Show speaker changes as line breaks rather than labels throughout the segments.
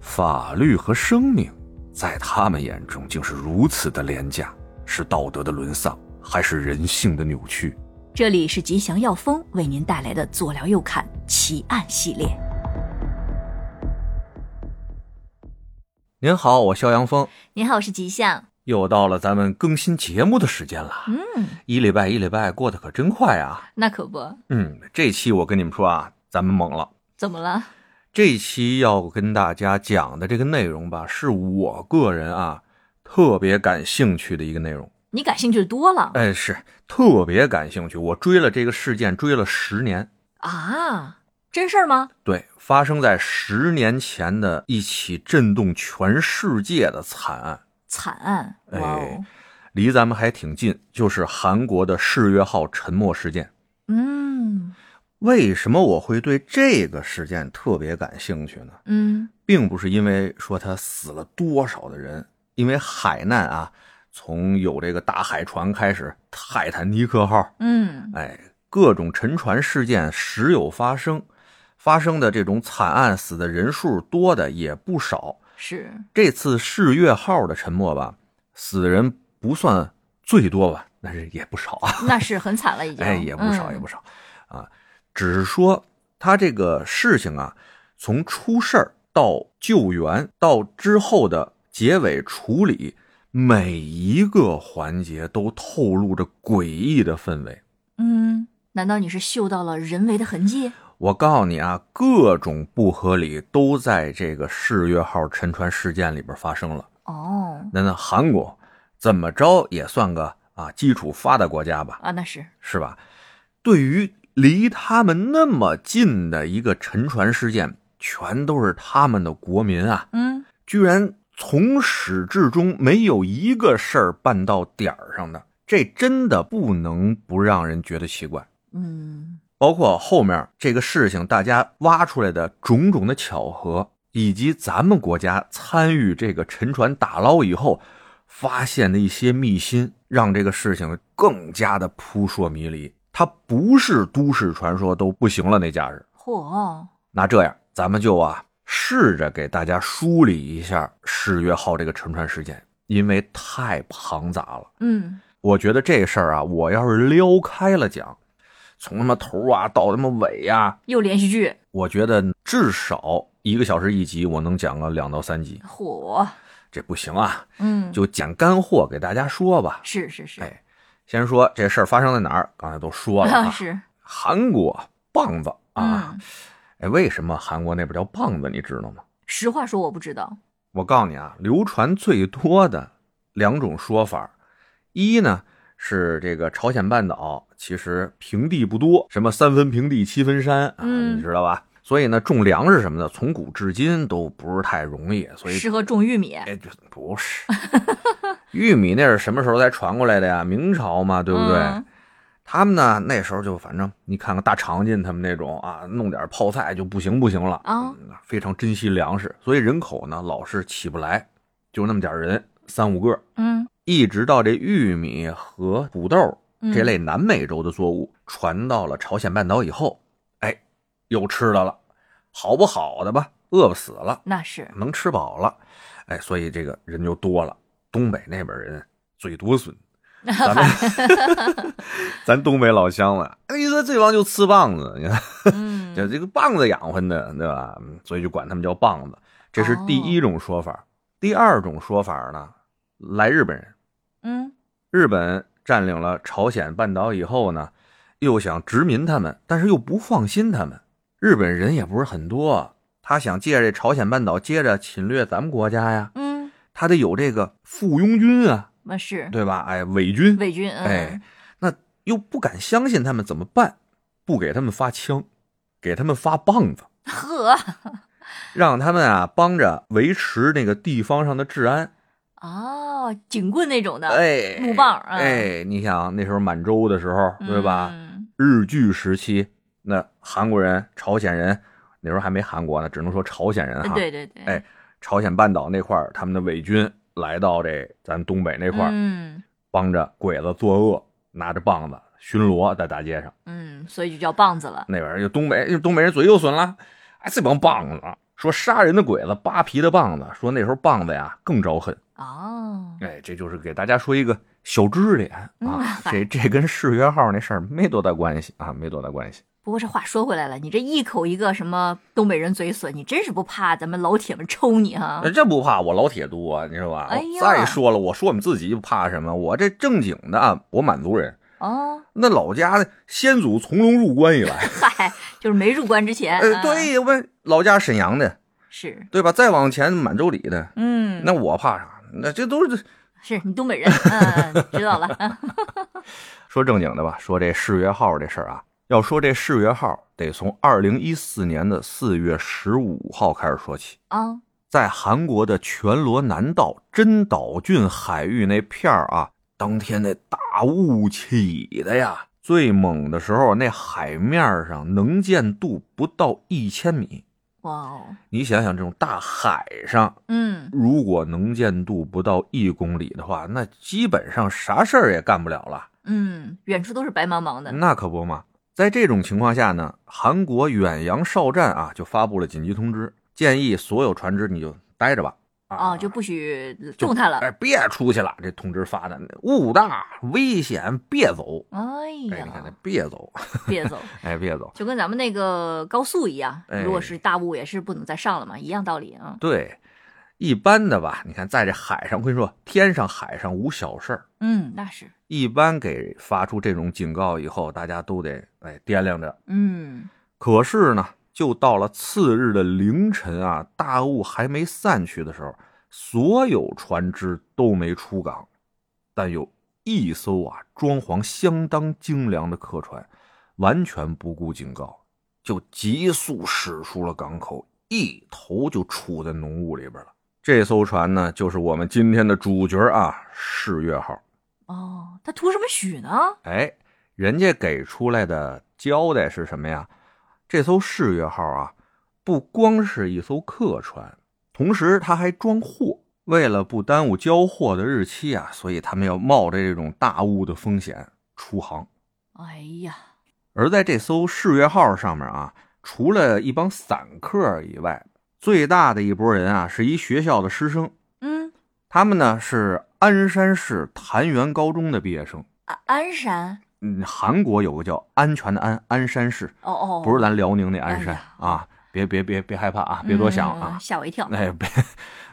法律和生命，在他们眼中竟是如此的廉价，是道德的沦丧，还是人性的扭曲？
这里是吉祥药方为您带来的“左聊右看奇案”系列。
您好，我肖阳峰，
您好，我是吉祥。
又到了咱们更新节目的时间了。
嗯，
一礼拜一礼拜过得可真快啊！
那可不，
嗯，这期我跟你们说啊，咱们猛了。
怎么了？
这期要跟大家讲的这个内容吧，是我个人啊特别感兴趣的一个内容。
你感兴趣多了
哎，是特别感兴趣。我追了这个事件，追了十年。
啊？真事儿吗？
对，发生在十年前的一起震动全世界的惨案，哎
惨案，哇哦，
离咱们还挺近，就是韩国的世越号沉没事件。
嗯
为什么我会对这个事件特别感兴趣呢？
嗯
并不是因为说他死了多少的人，因为海难啊，从有这个大海船开始，泰坦尼克号，
嗯
哎，各种沉船事件时有发生，发生的这种惨案，死的人数多的也不少。
是，
这次世越号的沉没吧，死的人不算最多吧，但是也不少啊。
那是很惨了已经。
哎，也不少，
嗯
也不少啊。只是说他这个事情啊，从出事儿到救援，到之后的结尾处理，每一个环节都透露着诡异的氛围。
嗯，难道你是嗅到了人为的痕迹？
我告诉你啊，各种不合理都在这个世越号沉船事件里边发生了。
哦
那那韩国怎么着也算个啊基础发达国家吧？
啊，那是，
是吧？对于离他们那么近的一个沉船事件，全都是他们的国民啊，
嗯
居然从始至终没有一个事儿办到点儿上的，这真的不能不让人觉得奇怪。
嗯
包括后面这个事情，大家挖出来的种种的巧合，以及咱们国家参与这个沉船打捞以后发现的一些秘辛，让这个事情更加的扑朔迷离。它不是都市传说都不行了那架势。
嚯，
那这样，咱们就啊试着给大家梳理一下世越号这个沉船事件，因为太庞杂了。
嗯
我觉得这事儿啊，我要是撩开了讲，从他妈头啊到他妈尾呀、
又连续剧，
我觉得至少一个小时一集，我能讲个两到三集，
嚯，
这不行啊，
嗯，
就捡干货给大家说吧。
是是是，
哎先说这事儿发生在哪儿，刚才都说了、
啊
啊，
是
韩国棒子啊，
嗯，
哎，为什么韩国那边叫棒子，你知道吗？
实话说我不知道，
我告诉你啊，流传最多的两种说法，一呢是这个朝鲜半岛其实平地不多，什么三分平地七分山啊，
嗯
你知道吧？所以呢，种粮食什么的，从古至今都不是太容易，所以
适合种玉米，
哎，就不是 玉米那是什么时候才传过来的呀？明朝嘛，对不对？
嗯
他们呢那时候就反正你看看大长今他们那种啊，弄点泡菜就不行不行了
啊
嗯非常珍惜粮食，所以人口呢老是起不来，就那么点人，三五个，
嗯，
一直到这玉米和土豆
嗯
这类南美洲的作物、传到了朝鲜半岛以后，哎，有吃的了，好不好的吧，饿不死了。
那是，
能吃饱了，哎，所以这个人就多了。东北那边人最多损，咱们咱东北老乡了，哎，你说这帮就吃棒子，你 看
嗯
这这个棒子养活的，对吧？嗯所以就管他们叫棒子，这是第一种说法。第二种说法呢，来日本人，
嗯
日本占领了朝鲜半岛以后呢，又想殖民他们，但是又不放心他们。日本人也不是很多，他想借这朝鲜半岛接着侵略咱们国家呀，
嗯，
他得有这个附庸军啊，
那是
对吧？哎，伪军，
嗯伪军，嗯
哎，那又不敢相信他们怎么办？不给他们发枪，给他们发棒子，
呵
让他们啊帮着维持那个地方上的治安。
哦，警棍那种的，
哎，
木棒啊
哎，你想那时候满洲的时候，
嗯，
对吧？日据时期，那韩国人、朝鲜人那时候还没韩国呢，只能说朝鲜人
呃
哈。
对对对，
哎，朝鲜半岛那块儿，他们的伪军来到这咱东北那块儿，
嗯
帮着鬼子作恶，拿着棒子巡逻在大街上。
嗯，所以就叫棒子了，
那边儿就东北，就东北人嘴又损了，哎，这帮棒子说杀人的鬼子扒皮的棒子，说那时候棒子呀更招恨。
哦，
哎，这就是给大家说一个小知识点
嗯
啊，这这跟世约号那事儿没多大关系啊，没多大关系。
不过这话说回来了，你这一口一个什么东北人嘴损，你真是不怕咱们老铁们抽你哈、
呃这不怕我老铁多、啊，你知道吧？
啊哎呀
我再说了，我说我们自己怕什么？我这正经的啊，我满族人。
哦，
那老家的先祖从龙入关以来，
嗨，就是没入关之前，
呃，
啊
对，我老家沈阳的，
是，
对吧？再往前满洲里的，
嗯，
那我怕啥？那这都是
是你东北人，嗯，知道了，
说正经的吧，说这世越号这事儿啊，要说这世越号，得从二零一四年的四月十五号开始说起。
啊，
在韩国的全罗南道真岛郡海域那片儿啊，当天那大雾起的呀，最猛的时候，那海面上能见度不到一千米。
哇哦，
你想想，这种大海上，
嗯，
如果能见度不到一公里的话，那基本上啥事儿也干不了了。
嗯，远处都是白茫茫的，
那可不嘛，在这种情况下呢，韩国远洋哨站啊就发布了紧急通知，建议所有船只你就待着吧。啊，
哦，就不许
就
动弹了。
哎，别出去了，这通知发的雾大危险，别走。
哎
哎，你看这
呀，
别走，
别走，
哎，别走。
就跟咱们那个高速一样，
哎嗯
如果是大雾也是不能再上了嘛，一样道理啊。
对，一般的吧，你看在这海上，我跟你说，天上海上无小事儿。
嗯，那是，
一般给发出这种警告以后，大家都得哎掂量着。
嗯，
可是呢，就到了次日的凌晨啊，大雾还没散去的时候，所有船只都没出港，但有一艘啊装潢相当精良的客船，完全不顾警告，就急速驶出了港口，一头就杵在浓雾里边了。这艘船呢，就是我们今天的主角啊，世越号。
哦，他图什么许呢？
哎，人家给出来的交代是什么呀？这艘世越号啊，不光是一艘客船，同时它还装货。为了不耽误交货的日期啊，所以他们要冒着这种大雾的风险出航。
哎呀，
而在这艘世越号上面啊，除了一帮散客以外，最大的一波人啊，是一学校的师生。
嗯，
他们呢是鞍山市谭园高中的毕业生。
啊鞍山，
嗯，韩国有个叫安全的安，鞍山市，
哦哦，
不是咱辽宁那鞍
哎
山、
呀
啊！别别别别害怕啊，别多想
嗯
啊！
吓我一跳。
哎，别，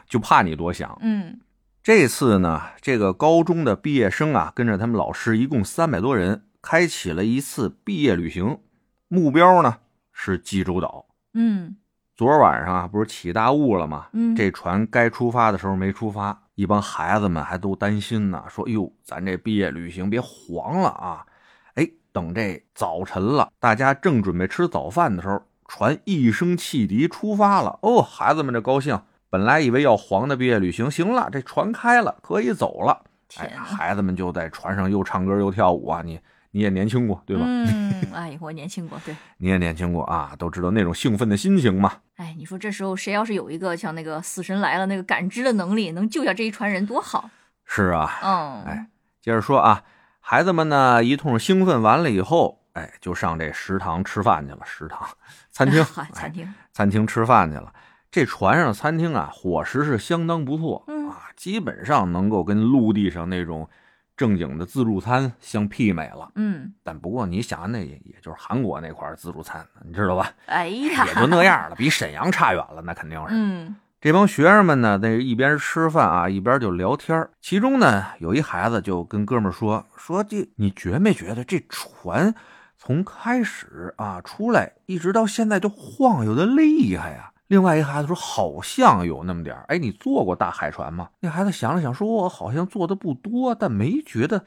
就怕你多想。
嗯，
这次呢，这个高中的毕业生啊，跟着他们老师一共三百多人，开启了一次毕业旅行，目标呢是济州岛。
嗯，
昨儿晚上啊，不是起大雾了吗？
嗯
这船该出发的时候没出发，一帮孩子们还都担心呢，说：“哟，咱这毕业旅行别黄了啊！”哎，等这早晨了，大家正准备吃早饭的时候，船一声汽笛出发了。哦，孩子们这高兴，本来以为要黄的毕业旅行，行了，这船开了，可以走了。哎
天，啊哪，
孩子们就在船上又唱歌又跳舞啊！你你也年轻过对吧？
嗯，哎，我年轻过，对。
你也年轻过啊，都知道那种兴奋的心情嘛。
哎，你说这时候谁要是有一个像那个死神来了那个感知的能力，能救下这一船人多好。
是啊，
嗯，、
哎，接着说啊，孩子们呢一通兴奋完了以后，哎，就上这食堂吃饭去了。食堂、 餐厅
嗨餐厅，
哎餐厅吃饭去了。这船上的餐厅啊，伙食是相当不错、
嗯
啊，基本上能够跟陆地上那种正经的自助餐相媲美了。
嗯，
但不过你想，那也也就是韩国那块儿自助餐，你知 道吧？
哎呀，
也就那样了，比沈阳差远了，那肯定是。
嗯，
这帮学生们呢，在一边吃饭啊，一边就聊天儿其中呢，有一孩子就跟哥们儿说：“说这你觉没觉得这船从开始啊出来，一直到现在就晃悠的厉害呀、另外一孩子说：“好像有那么点儿。”哎，你坐过大海船吗？那孩子想了想说：“我好像坐的不多，但没觉得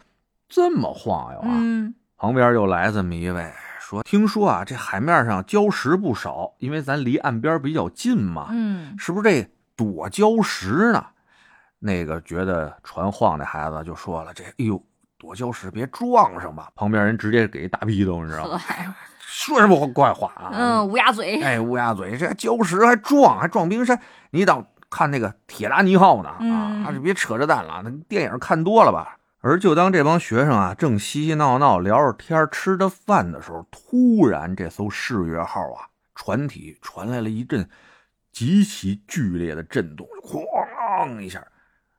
这么晃悠啊。
嗯，
旁边又来这么一位，说：“听说啊，这海面上礁石不少，因为咱离岸边比较近嘛。”
嗯，
是不是这躲礁石呢？那个觉得船晃那孩子就说了：“这哎呦，躲礁石别撞上吧！”旁边人直接给一大逼兜，你知道
呵
吗？，说什么怪话啊？
嗯，，乌鸦嘴，
哎，乌鸦嘴，这礁石还撞，还撞冰山。你当看那个《铁达尼号》呢
嗯
啊，就别扯着蛋了，那电影看多了吧。而就当这帮学生啊正嬉嬉闹闹聊着天儿吃着饭的时候，突然这艘世越号啊船体传来了一阵极其剧烈的震动，哐一下，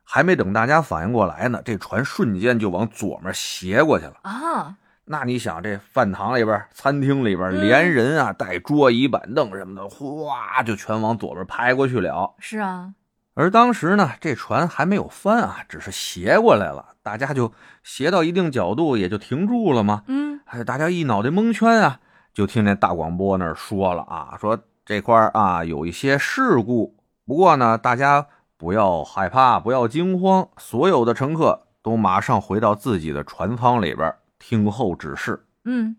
还没等大家反应过来呢，这船瞬间就往左面斜过去了。
啊，
那你想，这饭堂里边、餐厅里边，
嗯
连人啊、带桌椅板凳什么的，哗就全往左边拍过去了。
是啊，
而当时呢，这船还没有翻啊，只是斜过来了，大家就斜到一定角度也就停住了嘛。
嗯，
哎，大家一脑袋蒙圈啊，就听见大广播那儿说了啊，说这块儿啊有一些事故，不过呢，大家不要害怕，不要惊慌，所有的乘客都马上回到自己的船舱里边儿听候指示。
嗯，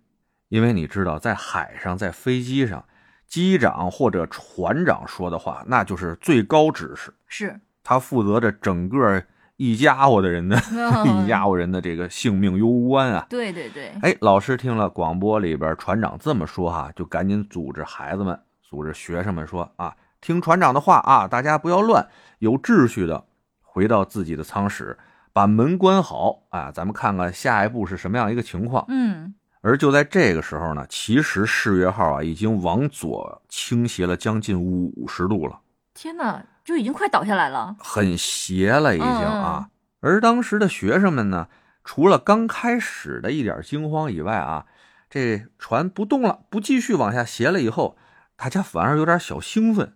因为你知道，在海上，在飞机上，机长或者船长说的话，那就是最高指示。
是，
他负责着整个一家伙的人的
嗯
一家伙人的这个性命攸关啊。
对对对，
哎，老师听了广播里边船长这么说哈、就赶紧组织孩子们、组织学生们说啊，听船长的话啊，大家不要乱，有秩序的回到自己的舱室，把门关好啊，咱们看看下一步是什么样一个情况。
嗯，
而就在这个时候呢，其实世越号啊已经往左倾斜了将近五十度了。
天哪，就已经快倒下来了，
很邪了，已
嗯
经啊。而当时的学生们呢，除了刚开始的一点惊慌以外啊，这船不动了，不继续往下斜了以后，大家反而有点小兴 奋。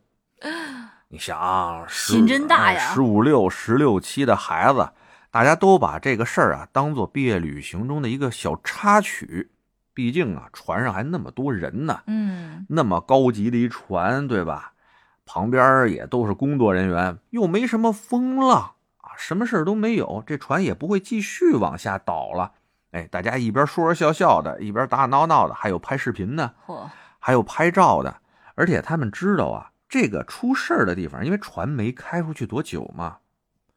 你想啊，
心真大呀
十五六、十六七的孩子，大家都把这个事儿啊当做毕业旅行中的一个小插曲。毕竟啊，船上还那么多人呢，
嗯，
那么高级的一船，对吧？旁边儿也都是工作人员，又没什么风浪啊，什么事儿都没有，这船也不会继续往下倒了。哎，大家一边说说笑笑的，一边打打闹闹的，还有拍视频的，
嚯，
还有拍照的。而且他们知道啊，这个出事儿的地方，因为船没开出去多久嘛，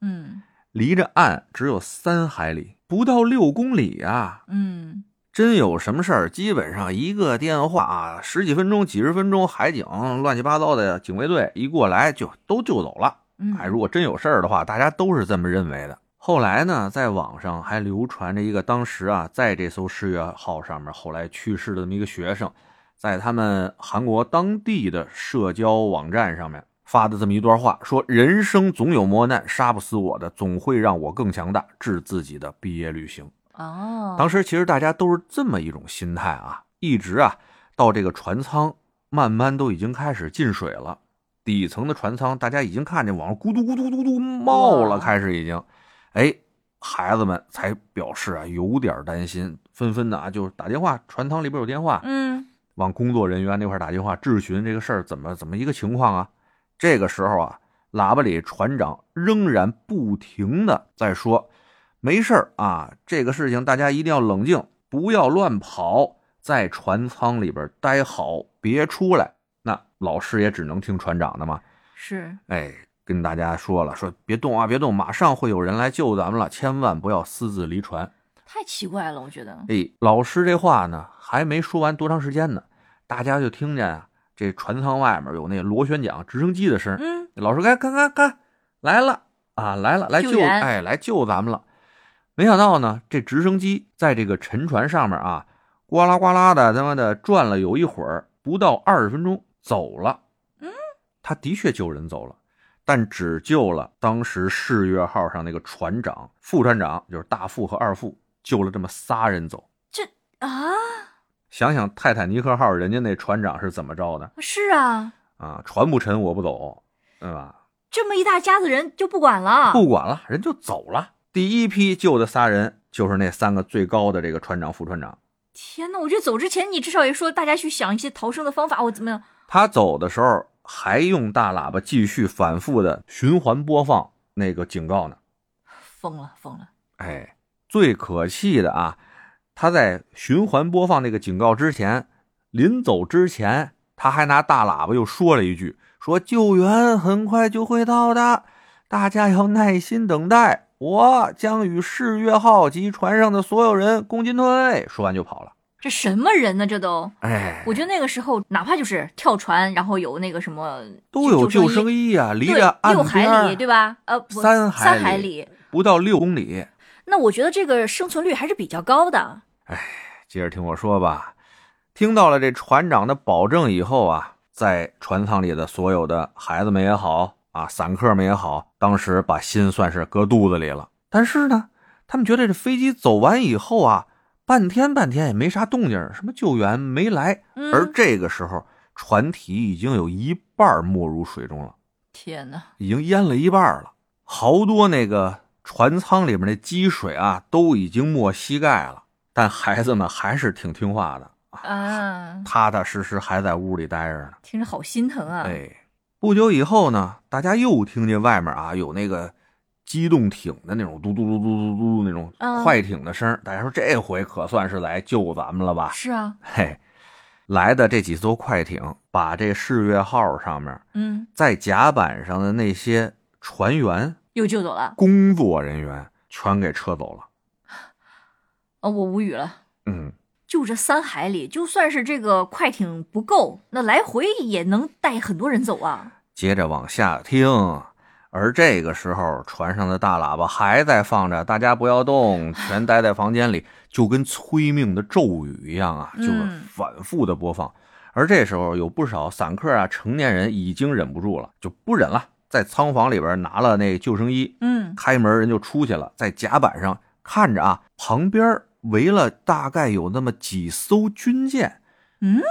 嗯
离着岸只有三海里，不到六公里啊。
嗯，
真有什么事儿，基本上一个电话啊，十几分钟、几十分钟，海警乱七八糟的警卫队一过来就都救走了。
嗯，
哎，如果真有事儿的话，大家都是这么认为的。后来呢，在网上还流传着一个当时啊，在这艘世越号上面后来去世的这么一个学生，在他们韩国当地的社交网站上面发的这么一段话，说：“人生总有磨难，杀不死我的，总会让我更强大。”致自己的毕业旅行。
哦，
当时其实大家都是这么一种心态啊，一直啊到这个船舱慢慢都已经开始进水了，底层的船舱大家已经看见往上咕嘟咕嘟咕嘟咕嘟冒了，
哇
开始已经，哎，孩子们才表示啊有点担心，纷纷的啊就是打电话，船舱里边有电话，
嗯
往工作人员那块儿打电话质询这个事儿怎么怎么一个情况啊。这个时候啊，喇叭里船长仍然不停的在说：“没事儿啊，这个事情大家一定要冷静，不要乱跑，在船舱里边待好，别出来。”那老师也只能听船长的嘛。
是，
哎，跟大家说了，说别动啊，别动，马上会有人来救咱们了，千万不要私自离船。
太奇怪了，我觉得，
哎，老师这话呢，还没说完多长时间呢，大家就听见啊，这船舱外面有那螺旋桨直升机的声儿。
嗯
老师，看看看看，来了啊，来了，来
救
救，
援
哎，来救咱们了。没想到呢，这直升机在这个沉船上面啊，呱啦呱啦的，他妈的转了有一会儿，不到二十分钟走了。
嗯，
他的确救人走了，但只救了当时世越号上那个船长、副船长，就是大副和二副，救了这么仨人走。
啊，
想想泰坦尼克号人家那船长是怎么着的
是啊，
啊？船不沉我不走，对吧？
这么一大家子人就不管了，
不管了，人就走了。第一批救的仨人就是那三个最高的这个船长、副船长。
天哪，我觉得走之前你至少也说大家去想一些逃生的方法，我怎么样？
他走的时候还用大喇叭继续反复的循环播放那个警告呢。
疯了疯了，
哎，最可气的啊，他在循环播放那个警告之前，临走之前，他还拿大喇叭又说了一句：“说救援很快就会到的，大家要耐心等待，我将与世越号及船上的所有人共进退。”说完就跑了。
这什么人呢？这都，
哎，
我觉得那个时候哪怕就是跳船，然后有那个什么
都有救
救
生
衣，
衣啊，离
对，
着岸
六
边
海里对
儿
吧？呃，不
三海
三
里
海里，
不到六公里。
那我觉得这个生存率还是比较高的。
接着听我说吧。听到了这船长的保证以后啊，在船舱里的所有的孩子们也好啊，散客们也好，当时把心算是搁肚子里了。但是呢，他们觉得这飞机走完以后啊，半天半天也没啥动静儿，什么救援没来。
嗯
而这个时候，船体已经有一半儿没入水中了，
天哪，
已经淹了一半儿了，好多那个船舱里面的积水啊，都已经没膝盖了。但孩子们还是挺听话的，
啊，
踏踏实实还在屋里待着呢。
听着好心疼啊！
哎，不久以后呢，大家又听见外面啊有那个机动艇的那种嘟嘟嘟嘟嘟嘟那种
嗯
快艇的声儿。大家说这回可算是来救咱们了吧？
是啊，
嘿，来的这几艘快艇把这世越号上面
嗯，
在甲板上的那些船员、
又救走了，
工作人员全给撤走了。
哦，我无语了。
嗯，
就这三海里，就算是这个快艇不够，那来回也能带很多人走啊！
接着往下听。而这个时候，船上的大喇叭还在放着“大家不要 动，全待在房间里”，就跟催命的咒语一样啊，就
嗯
是反复的播放。而这时候，有不少散客啊、成年人已经忍不住了，就不忍了，在仓房里边拿了那救生衣，
嗯，
开门人就出去了，在甲板上看着啊，旁边围了大概有那么几艘军舰。
嗯，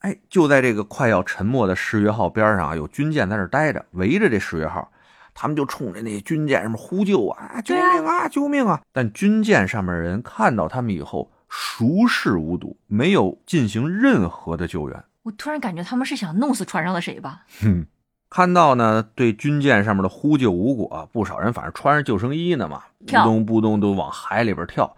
哎，就在这个快要沉没的世越号边上啊，有军舰在那儿待着，围着这世越号，他们就冲着那军舰上面呼救啊，啊救
对啊
命啊，救命啊！但军舰上面人看到他们以后，熟视无睹，没有进行任何的救援。
我突然感觉他们是想弄死船上的谁吧？
哼，看到呢，对军舰上面的呼救无果、不少人反正穿着救生衣呢嘛，扑
跳
通扑通都往海里边跳。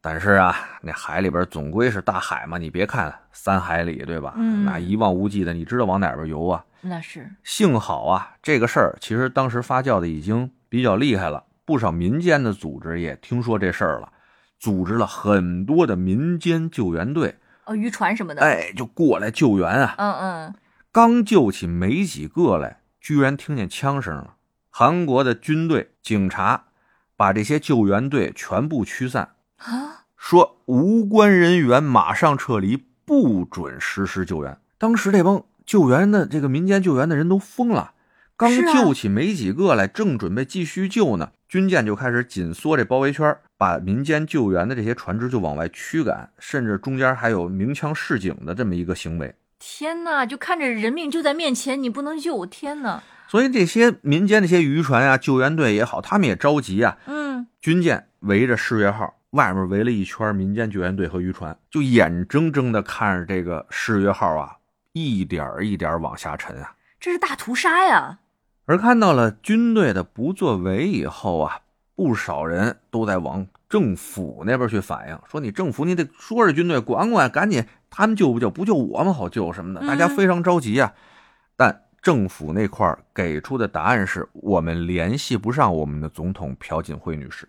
但是啊，那海里边总归是大海嘛，你别看三海里，对吧？
嗯
那一望无际的，你知道往哪边游啊？
那是，
幸好啊，这个事儿其实当时发酵的已经比较厉害了，不少民间的组织也听说这事儿了，组织了很多的民间救援队，
哦，渔船什么的。，
哎，就过来救援啊。
嗯嗯，
刚救起没几个来，居然听见枪声了。韩国的军队、警察把这些救援队全部驱散，
啊，
说无关人员马上撤离，不准实施救援。当时这帮救援的这个民间救援的人都疯了，刚
是啊
救起没几个来，正准备继续救呢，军舰就开始紧缩这包围圈，把民间救援的这些船只就往外驱赶，甚至中间还有鸣枪示警的这么一个行为。
天哪！就看着人命就在面前，你不能救，天哪！
所以这些民间这些渔船啊、救援队也好，他们也着急啊。
嗯，
军舰围着世越号，外面围了一圈民间救援队和渔船，就眼睁睁地看着这个世越号啊，一点儿一点儿往下沉啊。
这是大屠杀呀！
而看到了军队的不作为以后啊，不少人都在往政府那边去反映，说你政府你得说是军队管管，赶紧他们救不救，不救我们好救什么的，
嗯
大家非常着急啊。但政府那块儿给出的答案是我们联系不上我们的总统朴槿惠女士，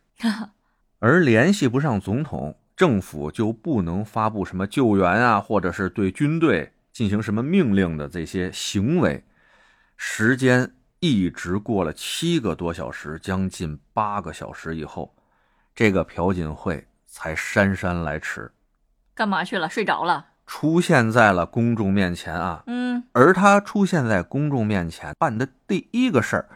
而联系不上总统，政府就不能发布什么救援啊，或者是对军队进行什么命令的这些行为。时间一直过了七个多小时，将近八个小时以后，这个朴槿惠才姗姗来迟，
干嘛去了？睡着了？
出现在了公众面前啊。
嗯，
而他出现在公众面前办的第一个事儿，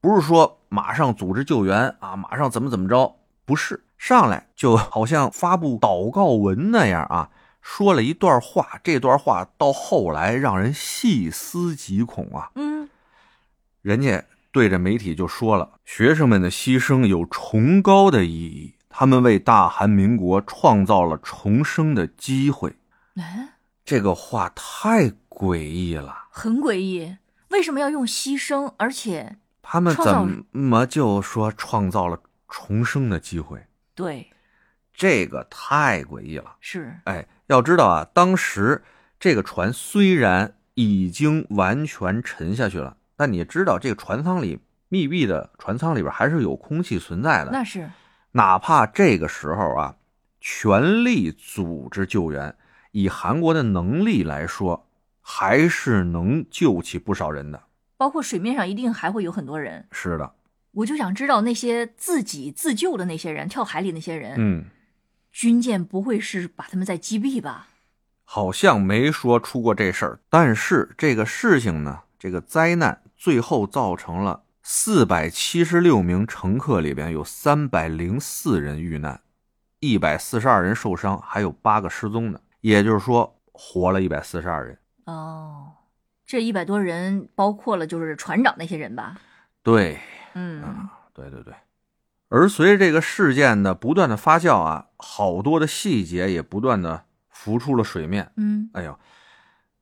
不是说马上组织救援啊，马上怎么怎么着，不是上来就好像发布祷告文那样啊，说了一段话，这段话到后来让人细思极恐啊。
嗯，
人家对着媒体就说了，学生们的牺牲有崇高的意义，他们为大韩民国创造了重生的机会。
哎，
这个话太诡异了。
很诡异，为什么要用牺牲？而且，
他们
创造
怎么就说创造了重生的机会？
对，
这个太诡异了。
是，
哎，要知道啊，当时这个船虽然已经完全沉下去了，但你知道这个船舱里密闭的船舱里边还是有空气存在的。
那是，
哪怕这个时候啊，全力组织救援，以韩国的能力来说，还是能救起不少人的。
包括水面上一定还会有很多人。
是的，
我就想知道那些自己自救的那哎些人，跳海里那些人，
嗯。
军舰不会是把他们在击毙吧？
好像没说出过这事儿。但是这个事情呢，这个灾难最后造成了四百七十六名乘客里边有三百零四人遇难，一百四十二人受伤，还有八个失踪的。也就是说，活了一百四十二人。
哦，这一百多人包括了就是船长那些人吧？
对，
嗯，
啊，对对对。而随着这个事件的不断的发酵啊，好多的细节也不断的浮出了水面。
嗯，
哎呦，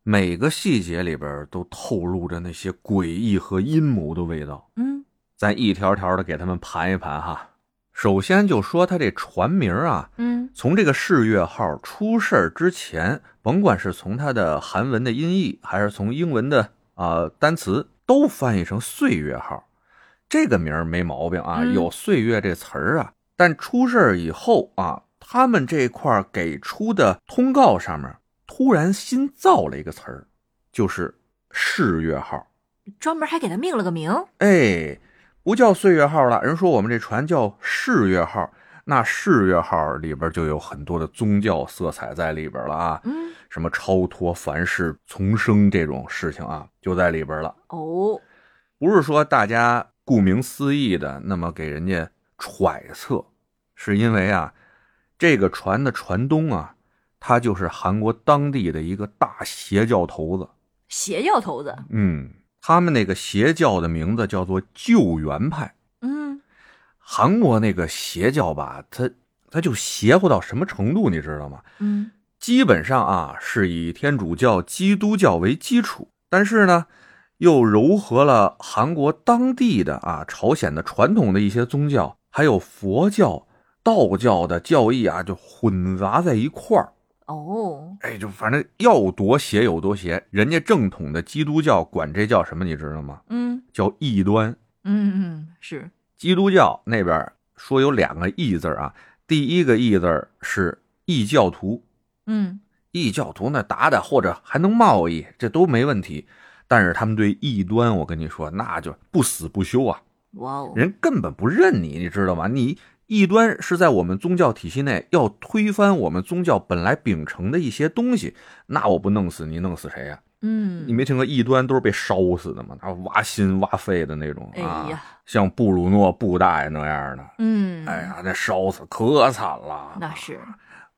每个细节里边都透露着那些诡异和阴谋的味道。
嗯，
咱一条条的给他们盘一盘哈。首先就说他这船名啊，
嗯，
从这个世越号出事儿之前，甭管是从它的韩文的音译，还是从英文的啊、呃单词，都翻译成岁月号。这个名儿没毛病啊，
嗯
有岁月这词儿啊。但出事儿以后啊，他们这块儿给出的通告上面突然新造了一个词儿，就是世越号。
专门还给他命了个名。
哎，不叫岁月号了，人说我们这船叫世越号。那世越号里边就有很多的宗教色彩在里边了啊，
嗯，
什么超脱凡世、重生这种事情啊，就在里边了。
哦，
不是说大家顾名思义的那么给人家揣测，是因为啊，这个船的船东啊，他就是韩国当地的一个大邪教头子。
邪教头子。
嗯，他们那个邪教的名字叫做救援派。
嗯，
韩国那个邪教吧，它它就邪乎到什么程度，你知道吗？
嗯，
基本上啊，是以天主教、基督教为基础，但是呢，又糅合了韩国当地的啊、朝鲜的传统的一些宗教，还有佛教、道教的教义啊，就混杂在一块儿。
哦，
哎，就反正要多邪有多邪。人家正统的基督教管这叫什么，你知道吗？
嗯
叫异端。
嗯嗯，是，
基督教那边说有两个异字儿啊，第一个异字儿是异教徒，
嗯
异教徒那打打或者还能贸易，这都没问题。但是他们对异端，我跟你说，那就不死不休啊，
哇哦，
人根本不认你，你知道吗？你异端是在我们宗教体系内要推翻我们宗教本来秉承的一些东西，那我不弄死你，弄死谁呀、你
嗯，
没听过异端都是被烧死的吗？那挖心挖肺的那种
哎
啊，
呀，
像布鲁诺布大爷那样的，
嗯，
哎，呀，那烧死可惨了。啊
那是，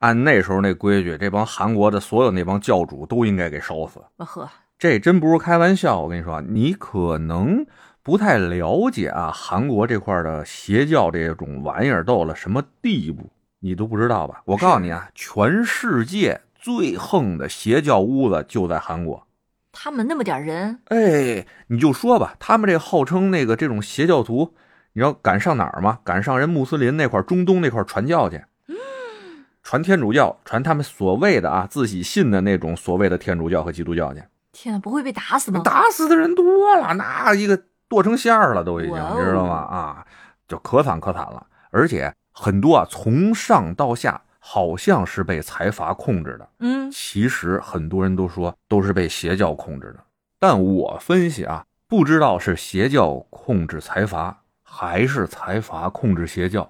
按那时候那规矩，这帮韩国的所有那帮教主都应该给烧死。
我呵，
这真不是开玩笑，我跟你说啊，你可能不太了解啊，韩国这块的邪教这种玩意儿到了什么地步，你都不知道吧？我告诉你啊，全世界最横的邪教屋子就在韩国。
他们那么点儿人，
哎，你就说吧，他们这号称那个这种邪教徒，你知道敢上哪儿吗？敢上人穆斯林那块儿中东那块儿传教去，
嗯
传天主教，传他们所谓的啊自己信的那种所谓的天主教和基督教去，
天啊，不会被打死吗？
打死的人多了，那一个剁成馅儿了都已经，
哇哦
你知道吗？啊，就可惨可惨了，而且很多啊，从上到下好像是被财阀控制的。
嗯
其实很多人都说都是被邪教控制的，但我分析啊，不知道是邪教控制财阀，还是财阀控制邪教，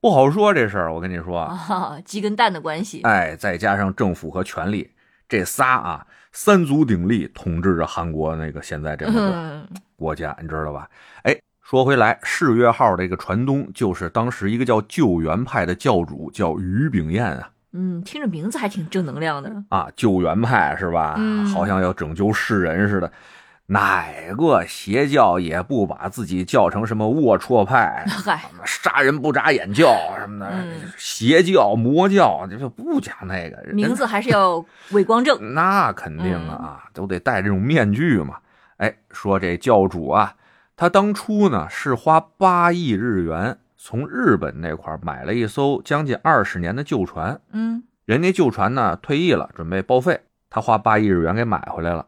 不好说这事儿。我跟你说啊，
啊，鸡跟蛋的关系，
哎，再加上政府和权力这仨啊，三足鼎立统治着韩国那个现在这么个
嗯
国家，你知道吧？哎，说回来，世越号这个船东就是当时一个叫救援派的教主，叫于炳彦啊。
嗯，听着名字还挺正能量的，
啊，救援派是吧？
嗯、
好像要拯救世人似的。哪个邪教也不把自己叫成什么龌龊派
嗨
什，么杀人不眨眼教什么的，
嗯
邪教、魔教，这就不讲那个人
名字嗯还是要伪光正，
那肯定的啊，都得戴这种面具嘛。哎，说这教主啊，他当初呢是花八亿日元从日本那块儿买了一艘将近二十年的旧船，
嗯
人家旧船呢退役了，准备报废，他花八亿日元给买回来了，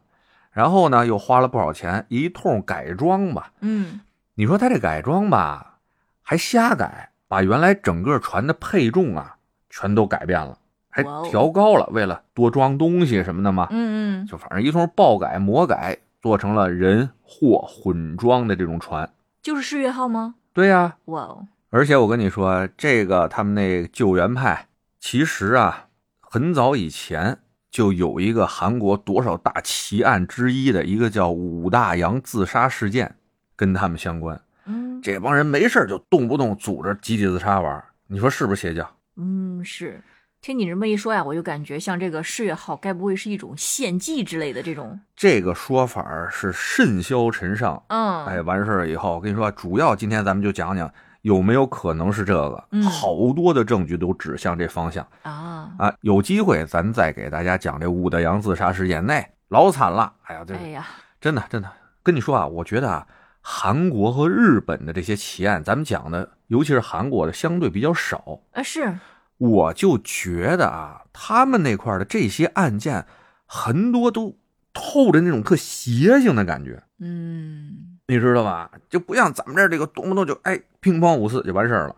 然后呢又花了不少钱，一通改装吧。
嗯，
你说他这改装吧，还瞎改，把原来整个船的配重啊全都改变了，还
哇哦
调高了，为了多装东西什么的嘛，
嗯嗯，
就反正一通爆改魔改，做成了人货混装的这种船。
就是世越号吗？
对呀、
哇哦，
而且我跟你说，这个他们那救援派其实啊，很早以前就有一个韩国多少大奇案之一的一个叫武大洋自杀事件，跟他们相关。
嗯
这帮人没事儿就动不动组织集体自杀玩儿，你说是不是邪教？
嗯，是。听你这么一说呀，我就感觉像这个世越号，该不会是一种献祭之类的这种？
这个说法儿是甚嚣尘上。
嗯，
哎，完事儿以后，我跟你说啊，主要今天咱们就讲讲有没有可能是这个，
嗯
好多的证据都指向这方向
啊，
啊。有机会咱再给大家讲这武德阳自杀事件，那老惨了。哎呀，这
哎呀，
真的真的跟你说啊，我觉得啊，韩国和日本的这些奇案，咱们讲的，尤其是韩国的，相对比较少。
啊是，
我就觉得啊，他们那块儿的这些案件，很多都透着那种特邪性的感觉，
嗯
你知道吧？就不像咱们这儿这个动不动就哎乒乓五四就完事儿了，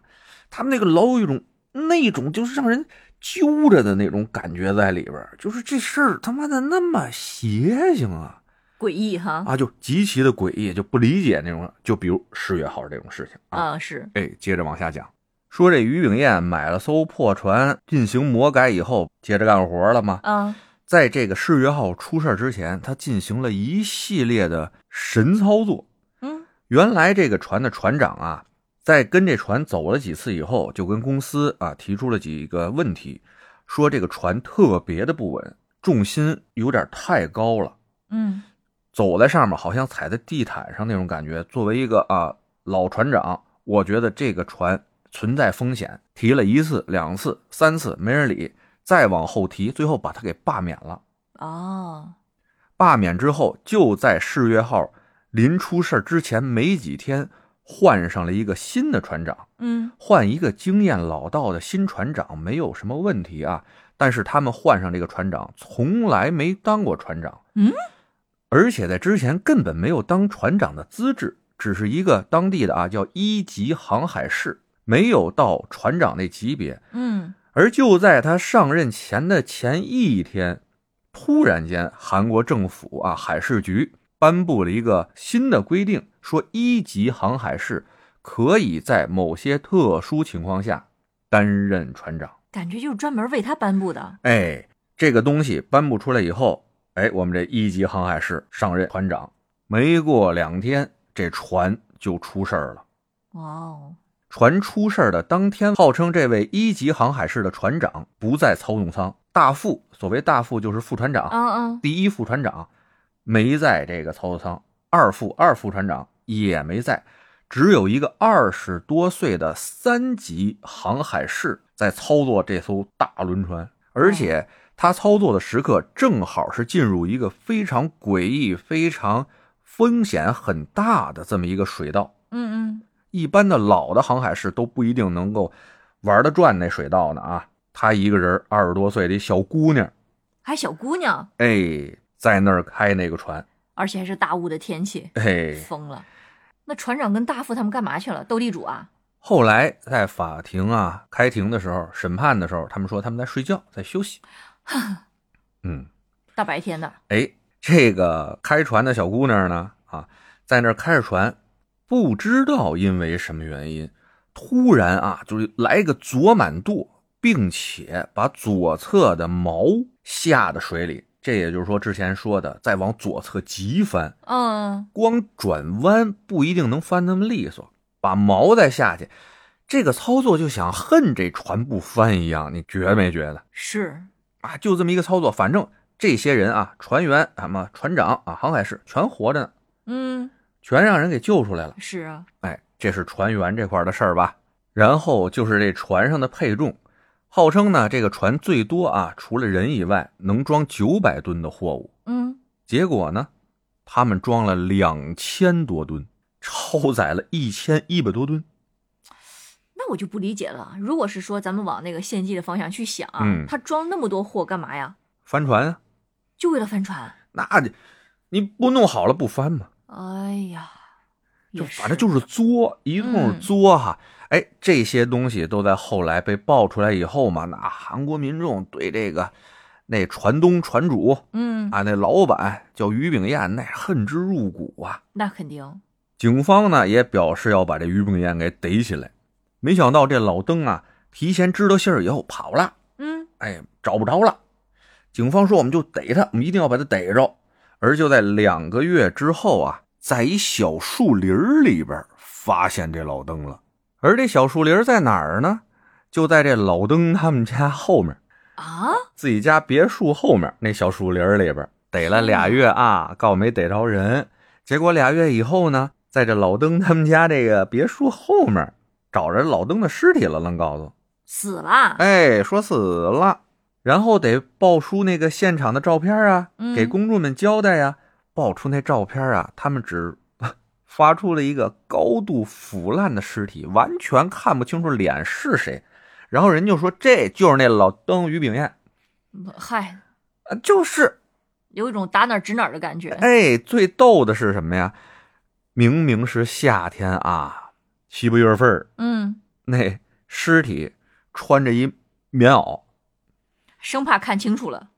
他们那个老有一种那种就是让人揪着的那种感觉在里边儿，就是这事儿他妈的那么邪性啊
诡异哈。
啊，就极其的诡异，就不理解那种，就比如十月号这种事情啊。
啊，是，
哎，接着往下讲，说这于炳燕买了艘破船进行魔改以后，接着干活了吗？
啊，
在这个世越号出事之前，他进行了一系列的神操作。
嗯，
原来这个船的船长啊，在跟这船走了几次以后，就跟公司啊提出了几个问题，说这个船特别的不稳，重心有点太高了。
嗯，
走在上面好像踩在地毯上那种感觉。作为一个啊老船长，我觉得这个船存在风险，提了一次、两次、三次没人理，再往后提，最后把他给罢免了。
哦，
罢免之后，就在世越号临出事儿之前没几天，换上了一个新的船长，
嗯，
换一个经验老道的新船长没有什么问题啊。但是他们换上这个船长，从来没当过船长，
嗯，
而且在之前根本没有当船长的资质，只是一个当地的啊叫一级航海士，没有到船长那级别。
嗯，
而就在他上任前的前一天，突然间，韩国政府啊海事局颁布了一个新的规定，说一级航海士可以在某些特殊情况下担任船长。
感觉就是专门为他颁布的。
哎，这个东西颁布出来以后，哎，我们这一级航海士上任船长，没过两天，这船就出事儿了。
哇哦，
船出事儿的当天，号称这位一级航海士的船长不在操纵舱，大副，所谓大副就是副船长，
嗯嗯，
第一副船长没在这个操作舱，二副二副船长也没在，只有一个二十多岁的三级航海士在操作这艘大轮船，而且他操作的时刻正好是进入一个非常诡异、非常风险很大的这么一个水道。
嗯嗯，
一般的老的航海士都不一定能够玩得转那水道呢啊！他一个人二十多岁的一小姑娘，
还小姑娘，
哎，在那儿开那个船，
而且还是大雾的天气，
哎，
疯了。那船长跟大副他们干嘛去了？斗地主啊？
后来在法庭啊开庭的时候、审判的时候，他们说他们在睡觉，在休息。嗯，
大白天的，
哎，这个开船的小姑娘呢，啊，在那儿开着船，不知道因为什么原因，突然啊，就是来个左满舵，并且把左侧的锚下到水里。这也就是说，之前说的，再往左侧急翻，
嗯，
光转弯不一定能翻那么利索，把锚再下去，这个操作就想恨这船不翻一样，你觉没觉得
是，
啊？就这么一个操作，反正这些人啊，船员啊么船长啊，航海士全活着呢，
嗯，
全让人给救出来了。
是啊，
哎，这是船员这块的事儿吧？然后就是这船上的配重，号称呢这个船最多啊，除了人以外能装九百吨的货物，
嗯，
结果呢，他们装了两千多吨，超载了一千一百多吨。
那我就不理解了。如果是说咱们往那个献祭的方向去想啊，
嗯
他装那么多货干嘛呀？
翻船啊，
就为了翻船？
那你你不弄好了不翻吗？
哎呀，
就
也是，
反正就是作，一通
嗯
作哈。哎，这些东西都在后来被爆出来以后嘛，那韩国民众对这个那船东船主
嗯，
啊，那老板叫于炳彦，那恨之入骨啊。
那肯定，
警方呢也表示要把这于炳彦给逮起来。没想到这老登啊，提前知道信儿以后跑了。
嗯，
哎，找不着了。警方说我们就逮他，我们一定要把他逮着。而就在两个月之后啊，在一小树林儿里边发现这老登了。而这小树林儿在哪儿呢？就在这老登他们家后面，
啊，
自己家别墅后面那小树林儿里边逮了俩月啊，告没逮着人。结果俩月以后呢，在这老登他们家这个别墅后面找着老登的尸体了，愣告诉。
死了，
哎，说死了，然后得爆出那个现场的照片啊，
嗯
给公众们交代呀、爆出那照片啊，他们只 发出了一个高度腐烂的尸体，完全看不清楚脸是谁。然后人就说这就是那老邓于炳彦，
嗨，
啊，就是。
有一种打哪儿指哪儿的感觉。
哎，最逗的是什么呀？明明是夏天啊，七八月份儿
嗯，
那尸体穿着一棉袄，
生怕看清楚了，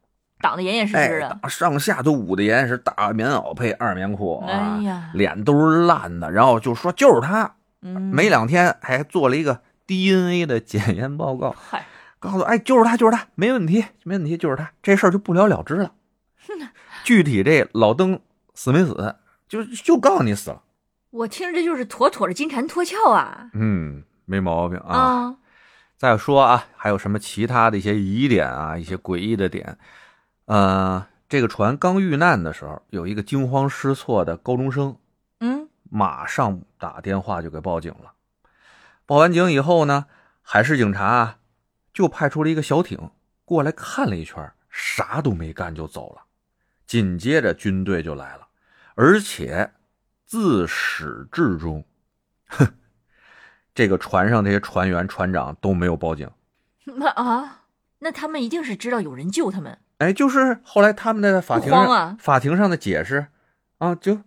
挡得严严实实
哎
的。，
上下都捂得严实，大棉袄配二棉裤啊
哎，呀
脸都是烂的。然后就说就是他，
嗯，
没两天还做了一个 DNA 的检验报 告，
嗨，
告诉哎就是他，就是他，没问题，没问题，就是他，这事儿就不了了之 了。具体这老登死没死，就就告诉你死了，
我听着就是妥妥的金蝉脱壳啊
嗯，没毛病啊。
哦
再说啊，还有什么其他的一些疑点啊，一些诡异的点？呃，这个船刚遇难的时候，有一个惊慌失措的高中生，
嗯，
马上打电话就给报警了。报完警以后呢，海事警察啊就派出了一个小艇过来看了一圈，啥都没干就走了。紧接着军队就来了，而且自始至终，哼，这个船上这些船员、船长都没有报警。
那啊，那他们一定是知道有人救他们。
哎，就是后来他们在法庭上、
不慌啊
法庭上的解释啊，就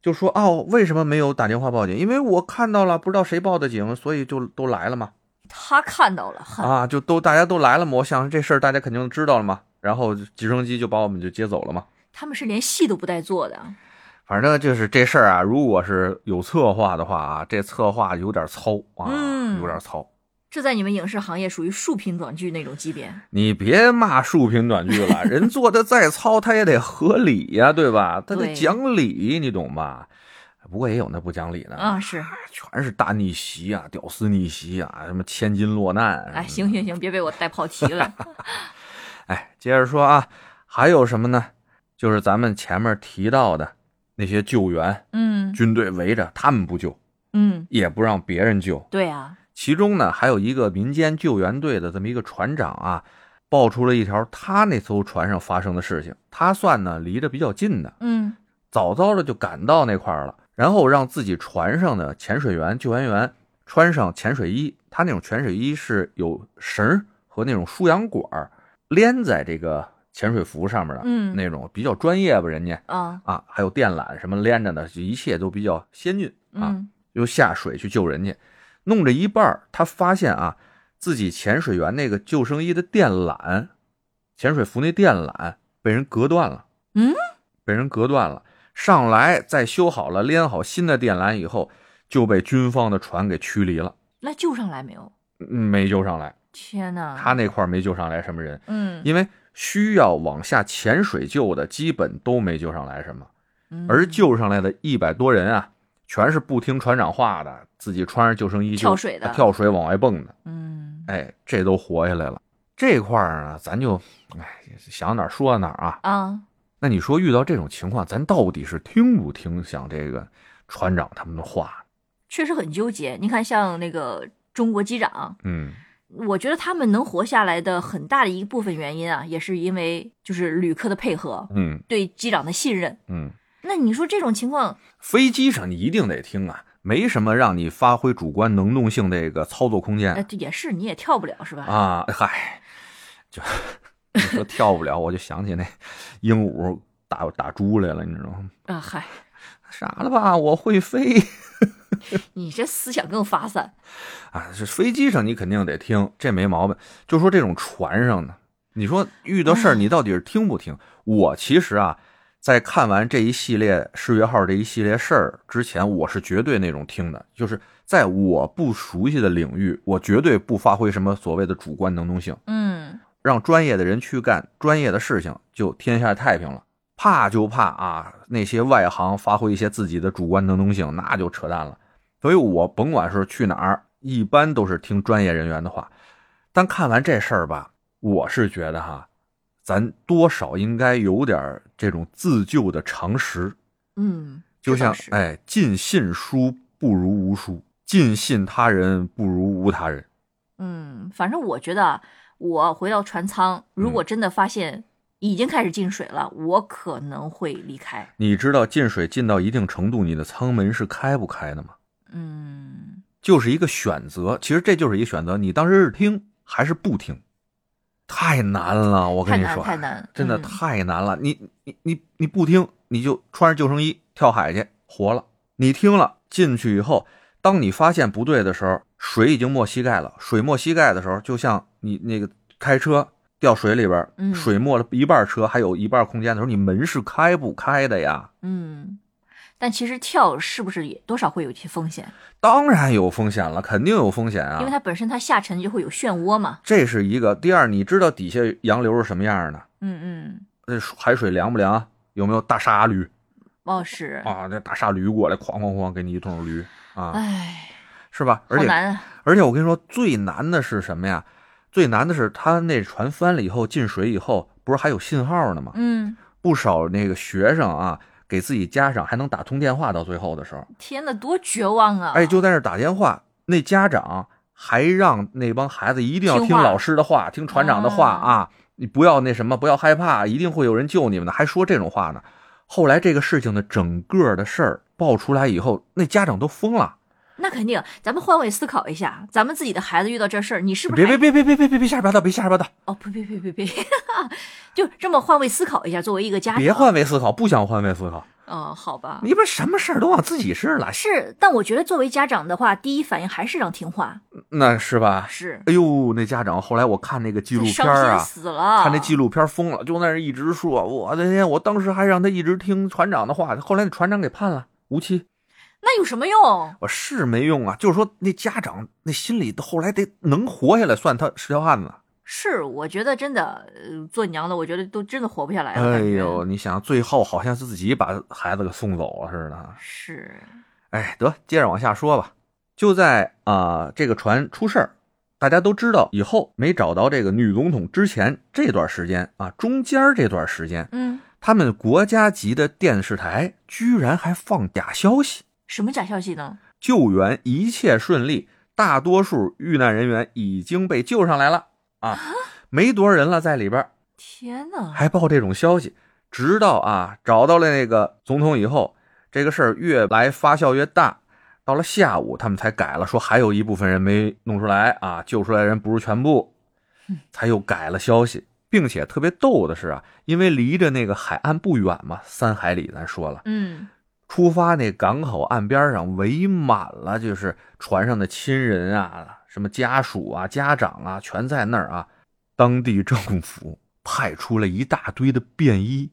就说哦，为什么没有打电话报警？因为我看到了，不知道谁报的警，所以就都来了嘛。
他看到了，很
啊，就都大家都来了嘛，我想这事儿大家肯定知道了嘛。然后直升机就把我们就接走了嘛。
他们是连戏都不带做的。
反正就是这事儿啊，如果是有策划的话啊，这策划有点糙啊，
嗯
有点糙。
这在你们影视行业属于竖屏短剧那种级别。
你别骂竖屏短剧 了，人做的再糙，他也得合理呀、对吧？他得
对
讲理，你懂吧？不过也有那不讲理的
啊，，是，
全是大逆袭啊，屌丝逆袭啊，什么千金落难。啊
哎，行，行行，别被我带跑题 了。
哎，接着说啊，还有什么呢？就是咱们前面提到的那些救援，
嗯
军队围着他们不救，
嗯，
也不让别人救。
对啊，
其中呢，还有一个民间救援队的这么一个船长啊，爆出了一条他那艘船上发生的事情。他算呢离着比较近的，
嗯
早早的就赶到那块儿了，然后让自己船上的潜水员、救援员穿上潜水衣。他那种潜水衣是有绳儿和那种输氧管儿连在这个潜水服上面的，
嗯
那种比较专业吧，人家
啊
啊，还有电缆什么连着的，就一切都比较先进啊。
嗯
又下水去救人去，弄着一半儿，他发现啊，自己潜水员那个救生衣的电缆，潜水服那电缆被人隔断了，
嗯，
被人隔断了。上来再修好了，连好新的电缆以后，就被军方的船给驱离了，
那救上来没有？
嗯没救上来。
天哪！
他那块儿没救上来什么人，
嗯
因为需要往下潜水救的，基本都没救上来什么。
嗯
而救上来的一百多人啊，全是不听船长话的，自己穿着救生衣就
跳水的
跳水往外蹦的。
嗯
哎，这都活下来了。这块儿呢，咱就哎想哪儿说哪儿啊。
啊
那你说遇到这种情况，咱到底是听不听想这个船长他们的话？
确实很纠结。你看，像那个中国机长，
嗯，
我觉得他们能活下来的很大的一部分原因啊，也是因为就是旅客的配合，
嗯
对机长的信任。
嗯，
那你说这种情况，
飞机上你一定得听啊，没什么让你发挥主观能动性这个操作空间。
呃，也是你也跳不了是吧？
啊，嗨，就你说跳不了，我就想起那鹦鹉打打猪来了，你知道吗？
啊，嗨，
傻了吧，我会飞
你这思想更发散。
啊！是飞机上你肯定得听，这没毛病。就说这种船上呢，你说遇到事儿你到底是听不听？我其实啊，在看完这一系列“世越号”这一系列事儿之前，我是绝对那种听的，就是在我不熟悉的领域，我绝对不发挥什么所谓的主观能动性。
嗯
让专业的人去干专业的事情，就天下太平了。怕就怕啊，那些外行发挥一些自己的主观能动性，那就扯淡了。所以我甭管是去哪儿，一般都是听专业人员的话。但看完这事儿吧，我是觉得哈，咱多少应该有点儿这种自救的常识。
嗯，
就
这倒
像
是，
哎，尽信书不如无书，尽信他人不如无他人。
嗯，反正我觉得啊，我回到船舱，如
嗯
果真的发现已经开始进水了，我可能会离开。
你知道进水进到一定程度，你的舱门是开不开的吗？
嗯，
就是一个选择，其实这就是一个选择，你当时是听还是不听，太难了，我跟你说，啊
太难太难
真的
嗯
太难了。你你你你不听，你就穿着救生衣跳海去，活了。你听了进去以后，当你发现不对的时候，水已经没膝盖了。水没膝盖的时候，就像你那个开车掉水里边，
嗯
水没了一半车，还有一半空间的时候，你门是开不开的呀？
嗯，但其实跳是不是也多少会有一些风险？
当然有风险了，肯定有风险啊，
因为它本身它下沉就会有漩涡嘛。
这是一个。第二，你知道底下洋流是什么样的？
嗯嗯，
那水海水凉不凉？有没有大鲨驴
哦是，
啊？那大鲨驴过来，哐哐哐给你一通驴啊，
哎，
是吧？
好
而且
难啊。
而且我跟你说，最难的是什么呀？最难的是他那船翻了以后进水以后，不是还有信号呢吗？
嗯，
不少那个学生啊，给自己家长还能打通电话，到最后的时候，
天呐，多绝望啊！
哎，就在那儿打电话，那家长还让那帮孩子一定要
听
听
话
老师的话，听船长的话
啊
啊，你不要那什么，不要害怕，一定会有人救你们的，还说这种话呢。后来这个事情的整个的事儿爆出来以后，那家长都疯了，
那肯定，咱们换位思考一下，咱们自己的孩子遇到这事儿，你是不是
别
还
别别别别别别别瞎八道，别瞎八道，
哦，呸呸呸呸呸， 就这么换位思考一下，作为一个家长，
别换位思考，不想换位思考，
嗯、好吧。
你们什么事儿都往自己身上揽，
是，但我觉得作为家长的话，第一反应还是让听话，
那是吧？
是
哎呦，那家长后来我看那个纪录片
伤
儿
心
啊，
死了。
看那纪录片疯了，就那儿一直说，我的天！我当时还让他一直听船长的话，后来那船长给判了无期。
那有什么用？
我是没用啊，就是说那家长那心里后来得能活下来，算他是条汉子。
是，我觉得真的，呃做娘的，我觉得都真的活不下来了。
哎
感觉
呦，，你想最后好像是自己把孩子给送走了似的。
是，
哎，得接着往下说吧。就在啊、这个船出事儿，大家都知道以后没找到这个女总统之前这段时间啊，中间儿这段时间，
嗯，
他们国家级的电视台居然还放假消息，
什么假消息呢？
救援一切顺利，大多数遇难人员已经被救上来了啊，没多少人了在里边儿，
天哪！
还报这种消息，直到啊找到了那个总统以后，这个事儿越来发酵越大。到了下午，他们才改了，说还有一部分人没弄出来啊，救出来人不是全部，才又改了消息，并且特别逗的是啊，因为离着那个海岸不远嘛，三海里咱说了，
嗯，
出发那港口岸边上围满了，就是船上的亲人啊、什么家属啊、家长啊，全在那儿啊。当地政府派出了一大堆的便衣，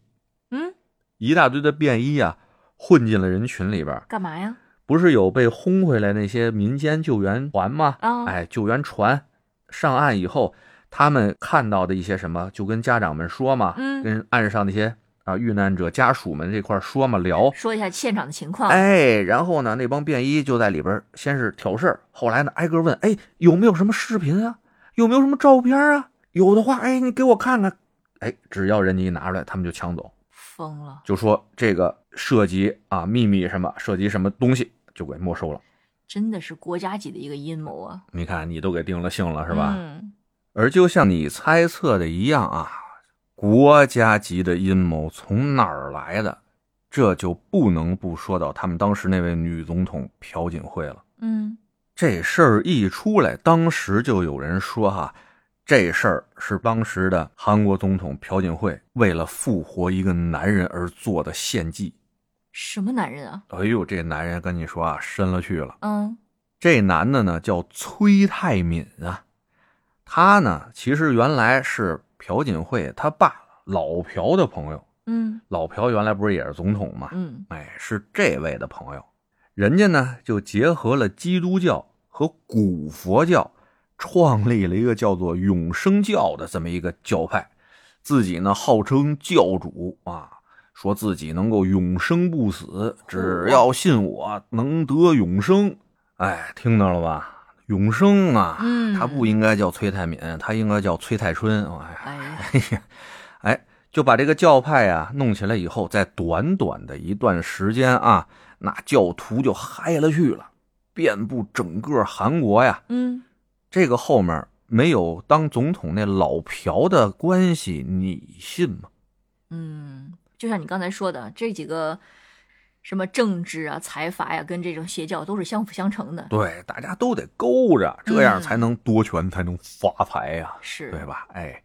嗯，
一大堆的便衣啊，混进了人群里边儿。
干嘛呀？
不是有被轰回来那些民间救援团吗？
啊
哎，救援船上岸以后，他们看到的一些什么，就跟家长们说嘛，
嗯
跟岸上那些啊遇难者家属们这块儿说嘛聊，
说一下现场的情况。
哎，然后呢，那帮便衣就在里边儿先是挑事儿，后来呢挨个问，哎，有没有什么视频啊？有没有什么照片啊？有的话，哎，你给我看看。哎，只要人家一拿出来，他们就抢走，
疯了！
就说这个涉及啊秘密什么，涉及什么东西，就给没收了。
真的是国家级的一个阴谋啊，
你看，你都给定了性了是吧？
嗯，
而就像你猜测的一样啊，国家级的阴谋从哪儿来的？这就不能不说到他们当时那位女总统朴槿惠了。
嗯，
这事儿一出来，当时就有人说哈、这事儿是当时的韩国总统朴槿惠为了复活一个男人而做的献祭。
什么男人啊？
哎呦，这男人跟你说啊，深了去了。
嗯
这男的呢叫崔泰敏啊，他呢其实原来是朴槿惠他爸老朴的朋友，
嗯
老朴原来不是也是总统嘛，
嗯，
哎，是这位的朋友，人家呢就结合了基督教和古佛教，创立了一个叫做永生教的这么一个教派，自己呢号称教主啊，说自己能够永生不死，只要信我能得永生。哎，听到了吧？永生啊，
嗯
他不应该叫崔泰敏，他应该叫崔泰春。哎呀，
哎呀，
哎呀，哎，就把这个教派啊弄起来以后，在短短的一段时间啊，那教徒就嗨了去了，遍布整个韩国呀。
嗯，
这个后面没有当总统那老朴的关系，你信吗？
嗯，就像你刚才说的，这几个什么政治啊、财阀呀、跟这种邪教都是相辅相成的。
对，大家都得勾着，这样
嗯
才能夺权，才能发财呀、
是，
对吧？哎，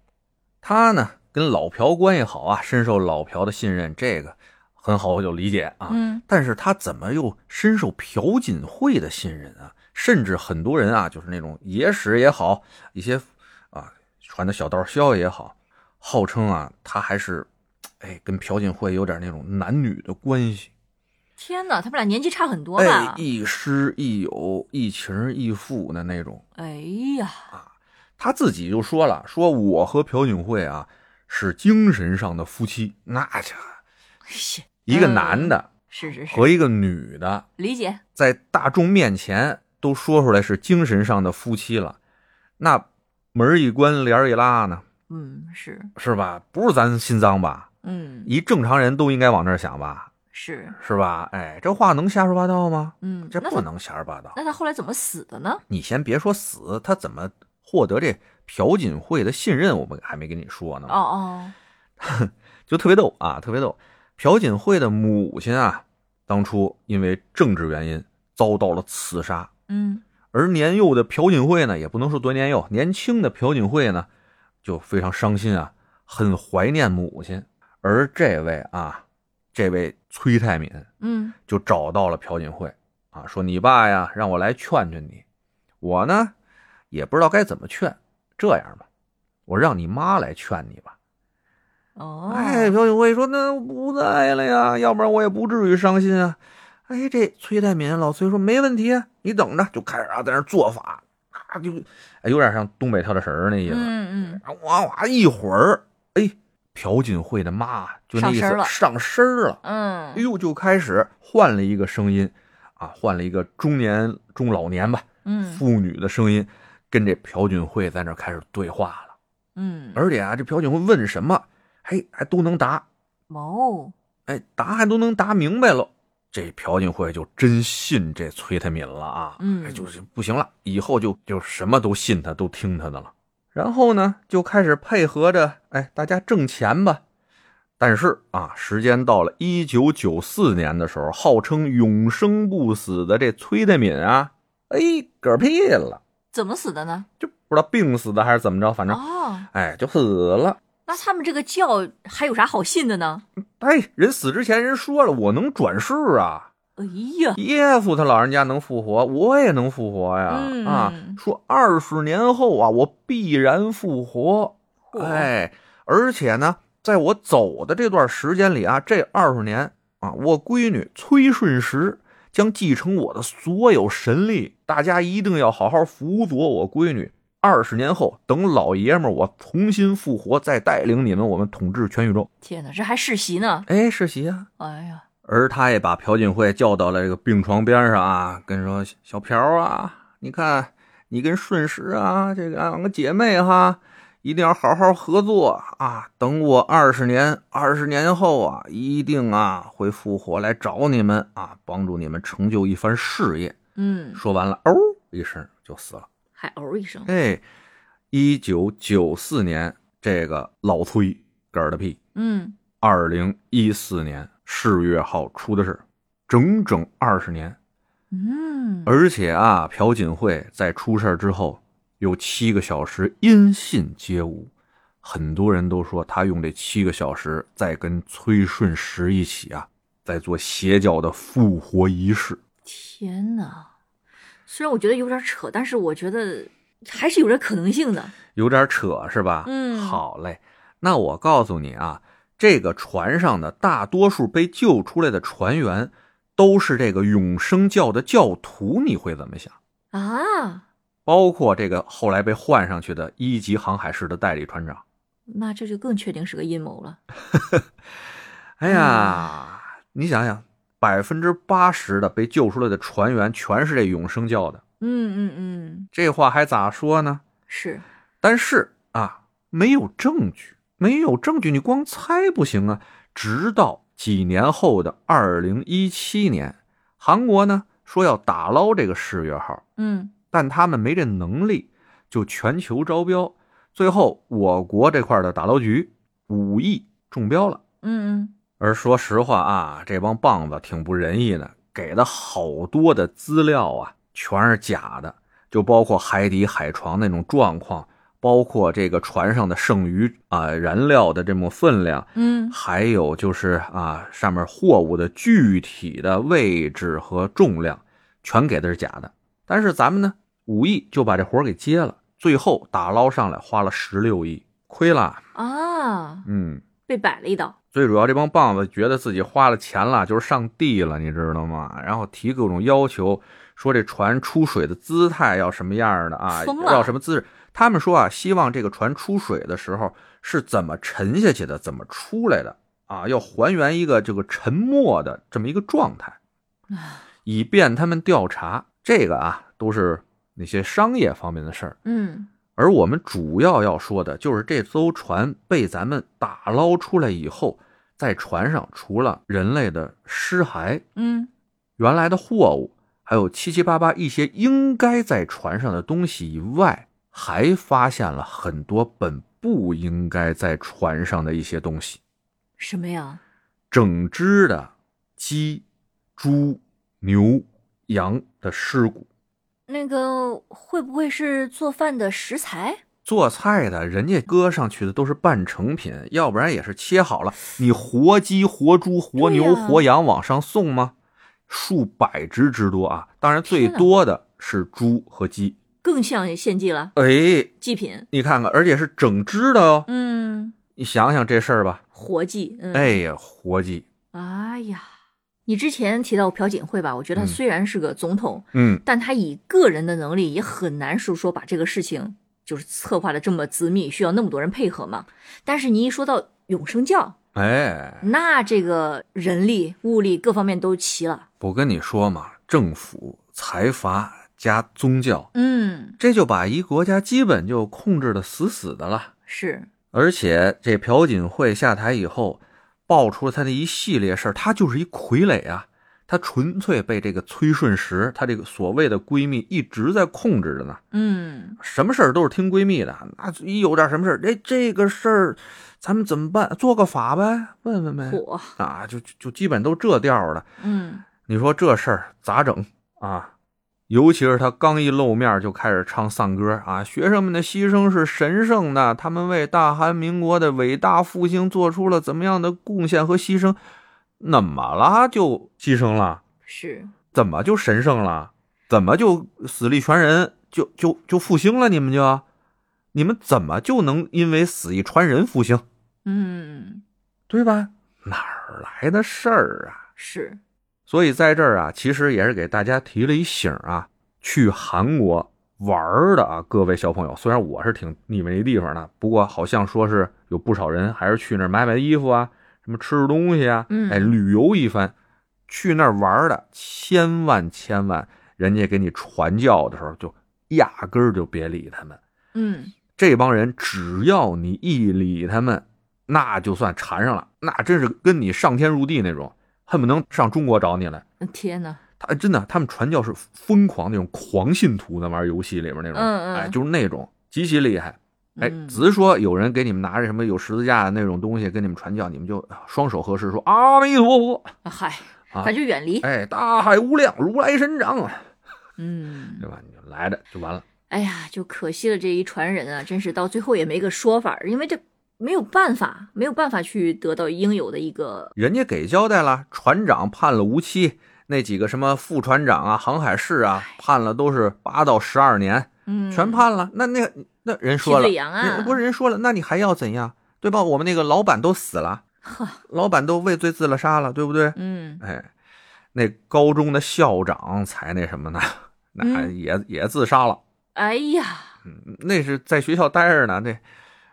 他呢跟老朴关系好啊，深受老朴的信任，这个很好就理解啊。
嗯
但是他怎么又深受朴槿惠的信任啊？甚至很多人啊，就是那种野史也好，一些啊传的小道消息也好，号称啊他还是，哎，跟朴槿惠有点那种男女的关系，
天哪，他们俩年纪差很多
哎
吧，？
亦师亦友，亦情亦父的那种。
哎呀，
他自己就说了，说我和朴槿惠啊是精神上的夫妻，那家伙
是
一个男的
是是是，
和一个女的，
理解。
在大众面前都说出来是精神上的夫妻了，那门儿一关帘儿一拉呢，
嗯，是，
是吧？不是咱心脏吧？
嗯
一正常人都应该往那儿想吧，
是，
是吧？哎，这话能瞎说八道吗？
嗯，
这
那
不
他
能瞎说八道。
那他后来怎么死的呢？
你先别说死，他怎么获得这朴槿惠的信任，我们还没跟你说呢。
哦哦，
就特别逗啊，特别逗。朴槿惠的母亲啊，当初因为政治原因遭到了刺杀，
嗯
而年幼的朴槿惠呢，也不能说多年幼，年轻的朴槿惠呢，就非常伤心啊，很怀念母亲。而这位啊，这位崔泰敏
嗯
就找到了朴槿惠啊，说你爸呀，让我来劝劝你。我呢，也不知道该怎么劝。这样吧，我让你妈来劝你吧。
哦，
哎，朴槿惠说：“那不在了呀，要不然我也不至于伤心啊。”哎，这崔泰敏老崔说：“没问题啊，你等着。”就开始啊，在那儿做法，啊，就哎有点像东北跳跳绳儿那意思，
嗯嗯，
啊哇哇一会儿，哎，朴槿惠的妈就那意思
上身儿了
上身儿了，
嗯
哎呦，就开始换了一个声音，啊，换了一个中年中老年吧，
嗯
妇女的声音，跟这朴槿惠在那儿开始对话了。
嗯，
而且啊，这朴槿惠问什么，嘿，还都能答。
哦，
哎，答案都能答明白了，这朴槿惠就真信这崔泰敏了啊，
嗯
哎就是不行了，以后就就什么都信他，都听他的了。然后呢，就开始配合着，哎，大家挣钱吧。但是啊，时间到了一九九四年的时候，号称永生不死的这崔泰敏啊，哎，嗝屁了，
怎么死的呢？
就不知道病死的还是怎么着，反正、
哦，
哎就死了。
那他们这个教还有啥好信的呢？
哎，人死之前人说了，我能转世啊。
哎 呀，
耶稣他老人家能复活，我也能复活呀！
嗯
啊，说二十年后啊，我必然复活。
嚯
哎，而且呢，在我走的这段时间里啊，这二十年啊，我闺女崔顺实将继承我的所有神力，大家一定要好好辅佐我闺女。二十年后，等老爷们儿我重新复活，再带领你们，我们统治全宇宙。
天哪，这还世袭呢！
哎，世袭啊！
哎呀，
而他也把朴槿惠叫到了这个病床边上啊，跟说小朴啊，你看你跟顺实啊，这个两个姐妹哈，一定要好好合作啊！等我二十年，二十年后啊，一定啊会复活来找你们啊，帮助你们成就一番事业。
嗯，
说完了，嗷哦一声就死了。
还嗷一声，
哎，一九九四年，这个老崔嗝儿的屁。
嗯，
二零一四年四月号出的事儿，整整二十年。
嗯，
而且啊，朴槿惠在出事儿之后有七个小时音信皆无，很多人都说她用这七个小时在跟崔顺实一起啊，在做邪教的复活仪式。
天哪！虽然我觉得有点扯，但是我觉得还是有点可能性的。
有点扯是吧？
嗯
好嘞，那我告诉你啊，这个船上的大多数被救出来的船员都是这个永生教的教徒，你会怎么想？
啊，
包括这个后来被换上去的一级航海师的代理船长。
那这就更确定是个阴谋了。
哎呀，你想想，百分之八十的被救出来的船员全是这永生教的，
嗯嗯嗯，
这话还咋说呢？
是，
但是啊，没有证据，没有证据，你光猜不行啊。直到几年后的二零一七年，韩国呢说要打捞这个世越号，
嗯
但他们没这能力，就全球招标。最后，我国这块的打捞局五亿中标了。
嗯嗯，
而说实话啊，这帮棒子挺不仁义的，给的好多的资料啊，全是假的，就包括海底海床那种状况，包括这个船上的剩余啊、燃料的这种分量，
嗯，
还有就是啊上面货物的具体的位置和重量，全给的是假的。但是咱们呢，五亿就把这活儿给接了，最后打捞上来花了十六亿，亏了。
啊，
嗯。
被摆了一道，
最主要这帮棒子觉得自己花了钱了，就是上帝了，你知道吗？然后提各种要求，说这船出水的姿态要什么样的啊，
疯了
要什么姿势。他们说啊，希望这个船出水的时候是怎么沉下去的，怎么出来的啊，要还原一个这个沉没的这么一个状态，以便他们调查。这个啊，都是那些商业方面的事儿。
嗯
而我们主要要说的就是这艘船被咱们打捞出来以后，在船上除了人类的尸骸、
嗯
原来的货物，还有七七八八一些应该在船上的东西以外，还发现了很多本不应该在船上的一些东西，
什么呀？
整只的鸡、猪、牛、羊的尸骨。
那个会不会是做饭的食材？
做菜的人家搁上去的都是半成品，要不然也是切好了。你活鸡、活猪、活
对
牛、
呀
活羊往上送吗？数百只之多啊！当然最
天哪
多的是猪和鸡。
更像献祭了，
哎，
祭品。
你看看，而且是整只的哦。
嗯，
你想想这事儿吧。
活祭。嗯，
哎呀，活鸡，
哎呀，你之前提到朴槿惠吧？我觉得她
嗯
虽然是个总统，
嗯，
但她以个人的能力也很难是说把这个事情就是策划的这么缜密，需要那么多人配合嘛。但是你一说到永生教，
哎，
那这个人力、物力各方面都齐了。
我跟你说嘛，政府、财阀加宗教，
嗯，
这就把一国家基本就控制的死死的了。
是，
而且这朴槿惠下台以后，爆出了他那一系列事儿，她就是一傀儡啊，她纯粹被这个崔顺实，她这个所谓的闺蜜一直在控制着呢，
嗯
什么事儿都是听闺蜜的，那一有点什么事儿，哎，这个事儿咱们怎么办？做个法呗，问问呗，
火，
啊，就就就基本都这调儿的，
嗯
你说这事儿咋整啊？尤其是他刚一露面就开始唱丧歌啊！学生们的牺牲是神圣的，他们为大韩民国的伟大复兴做出了怎么样的贡献和牺牲？怎么啦？就牺牲了？
是，
怎么就神圣了？怎么就死力全人？就就就复兴了？你们就，你们怎么就能因为死一传人复兴？
嗯
对吧？哪儿来的事儿啊？
是，
所以在这儿啊，其实也是给大家提了一醒儿啊，去韩国玩儿的啊，各位小朋友，虽然我是挺腻歪那地方的，不过好像说是有不少人还是去那儿买买衣服啊，什么吃吃东西啊，
嗯
哎，旅游一番。去那儿玩儿的，千万千万，人家给你传教的时候，就压根儿就别理他们。
嗯
这帮人只要你一理他们，那就算缠上了，那真是跟你上天入地那种，恨不能上中国找你来。
嗯天哪，
他哎真的，他们传教是疯狂那种狂信徒，那玩意儿游戏里面那种，
嗯嗯
哎，就是那种极其厉害。哎，
嗯
只说有人给你们拿着什么有十字架的那种东西跟你们传教，你们就双手合十说阿弥陀佛，
嗨，
啊
反正远离，
哎，大海无量，如来神掌，
嗯。
对吧？你就来着就完了。
哎呀，就可惜了这一传人啊，真是到最后也没个说法儿，因为这没有办法，没有办法去得到应有的一个，
人家给交代了，船长判了无期，那几个什么副船长啊、航海士啊，判了都是八到十二年，
嗯，
全判了。那那那人说
替
了，
罪羊啊
人不是人说了，那你还要怎样，对吧？我们那个老板都死 了，老板都畏罪自了杀了，对不对？
嗯，
哎，那高中的校长才那什么呢？那
嗯
也、也自杀了
哎呀，
那是在学校待着呢，那，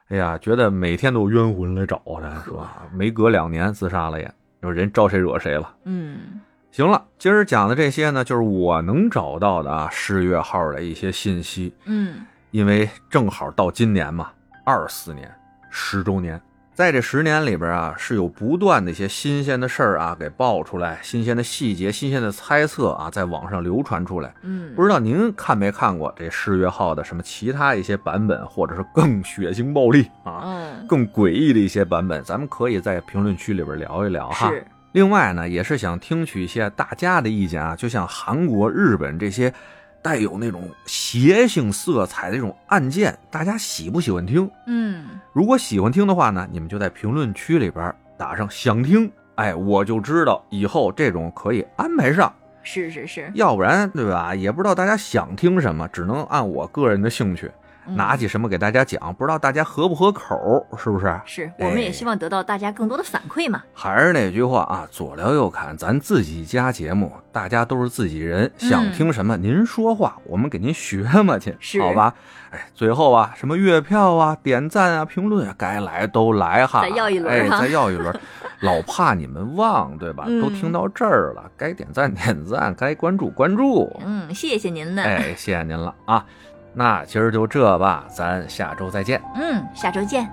哎呀，觉得每天都有冤魂来找他， 说没隔两年自杀了也，说人招谁惹谁了。
嗯
行了，今儿讲的这些呢，就是我能找到的啊，世越号的一些信息，
嗯
因为正好到今年嘛，二四年十周年，在这十年里边啊，是有不断的一些新鲜的事儿啊给爆出来，新鲜的细节、新鲜的猜测啊，在网上流传出来。
嗯，
不知道您看没看过这世越号的什么其他一些版本，或者是更血腥暴力啊、
嗯
更诡异的一些版本，咱们可以在评论区里边聊一聊哈。
是
另外呢，也是想听取一些大家的意见啊，就像韩国、日本这些带有那种邪性色彩的这种案件，大家喜不喜欢听？
嗯
如果喜欢听的话呢，你们就在评论区里边打上想听，哎，我就知道以后这种哎可以安排上，
是是是，
要不然对吧？也不知道大家想听什么，只能按我个人的兴趣
嗯
拿起什么给大家讲，不知道大家合不合口，是不是？
是我
哎
们也希望得到大家更多的反馈嘛。
还是那句话啊，左聊右侃，咱自己家节目，大家都是自己人，想听什么、您说话，我们给您学嘛去，
是
好吧？哎，最后啊，什么月票啊、点赞啊、评论啊，该来都来哈，
再要一轮
哎，
哈
再要一轮，老怕你们忘，对吧？
嗯
都听到这儿了，该点赞点赞，该关注关注，
嗯，谢谢您呢。
哎，谢谢您了啊，那今儿就这吧，咱下周再见。
嗯，下周见，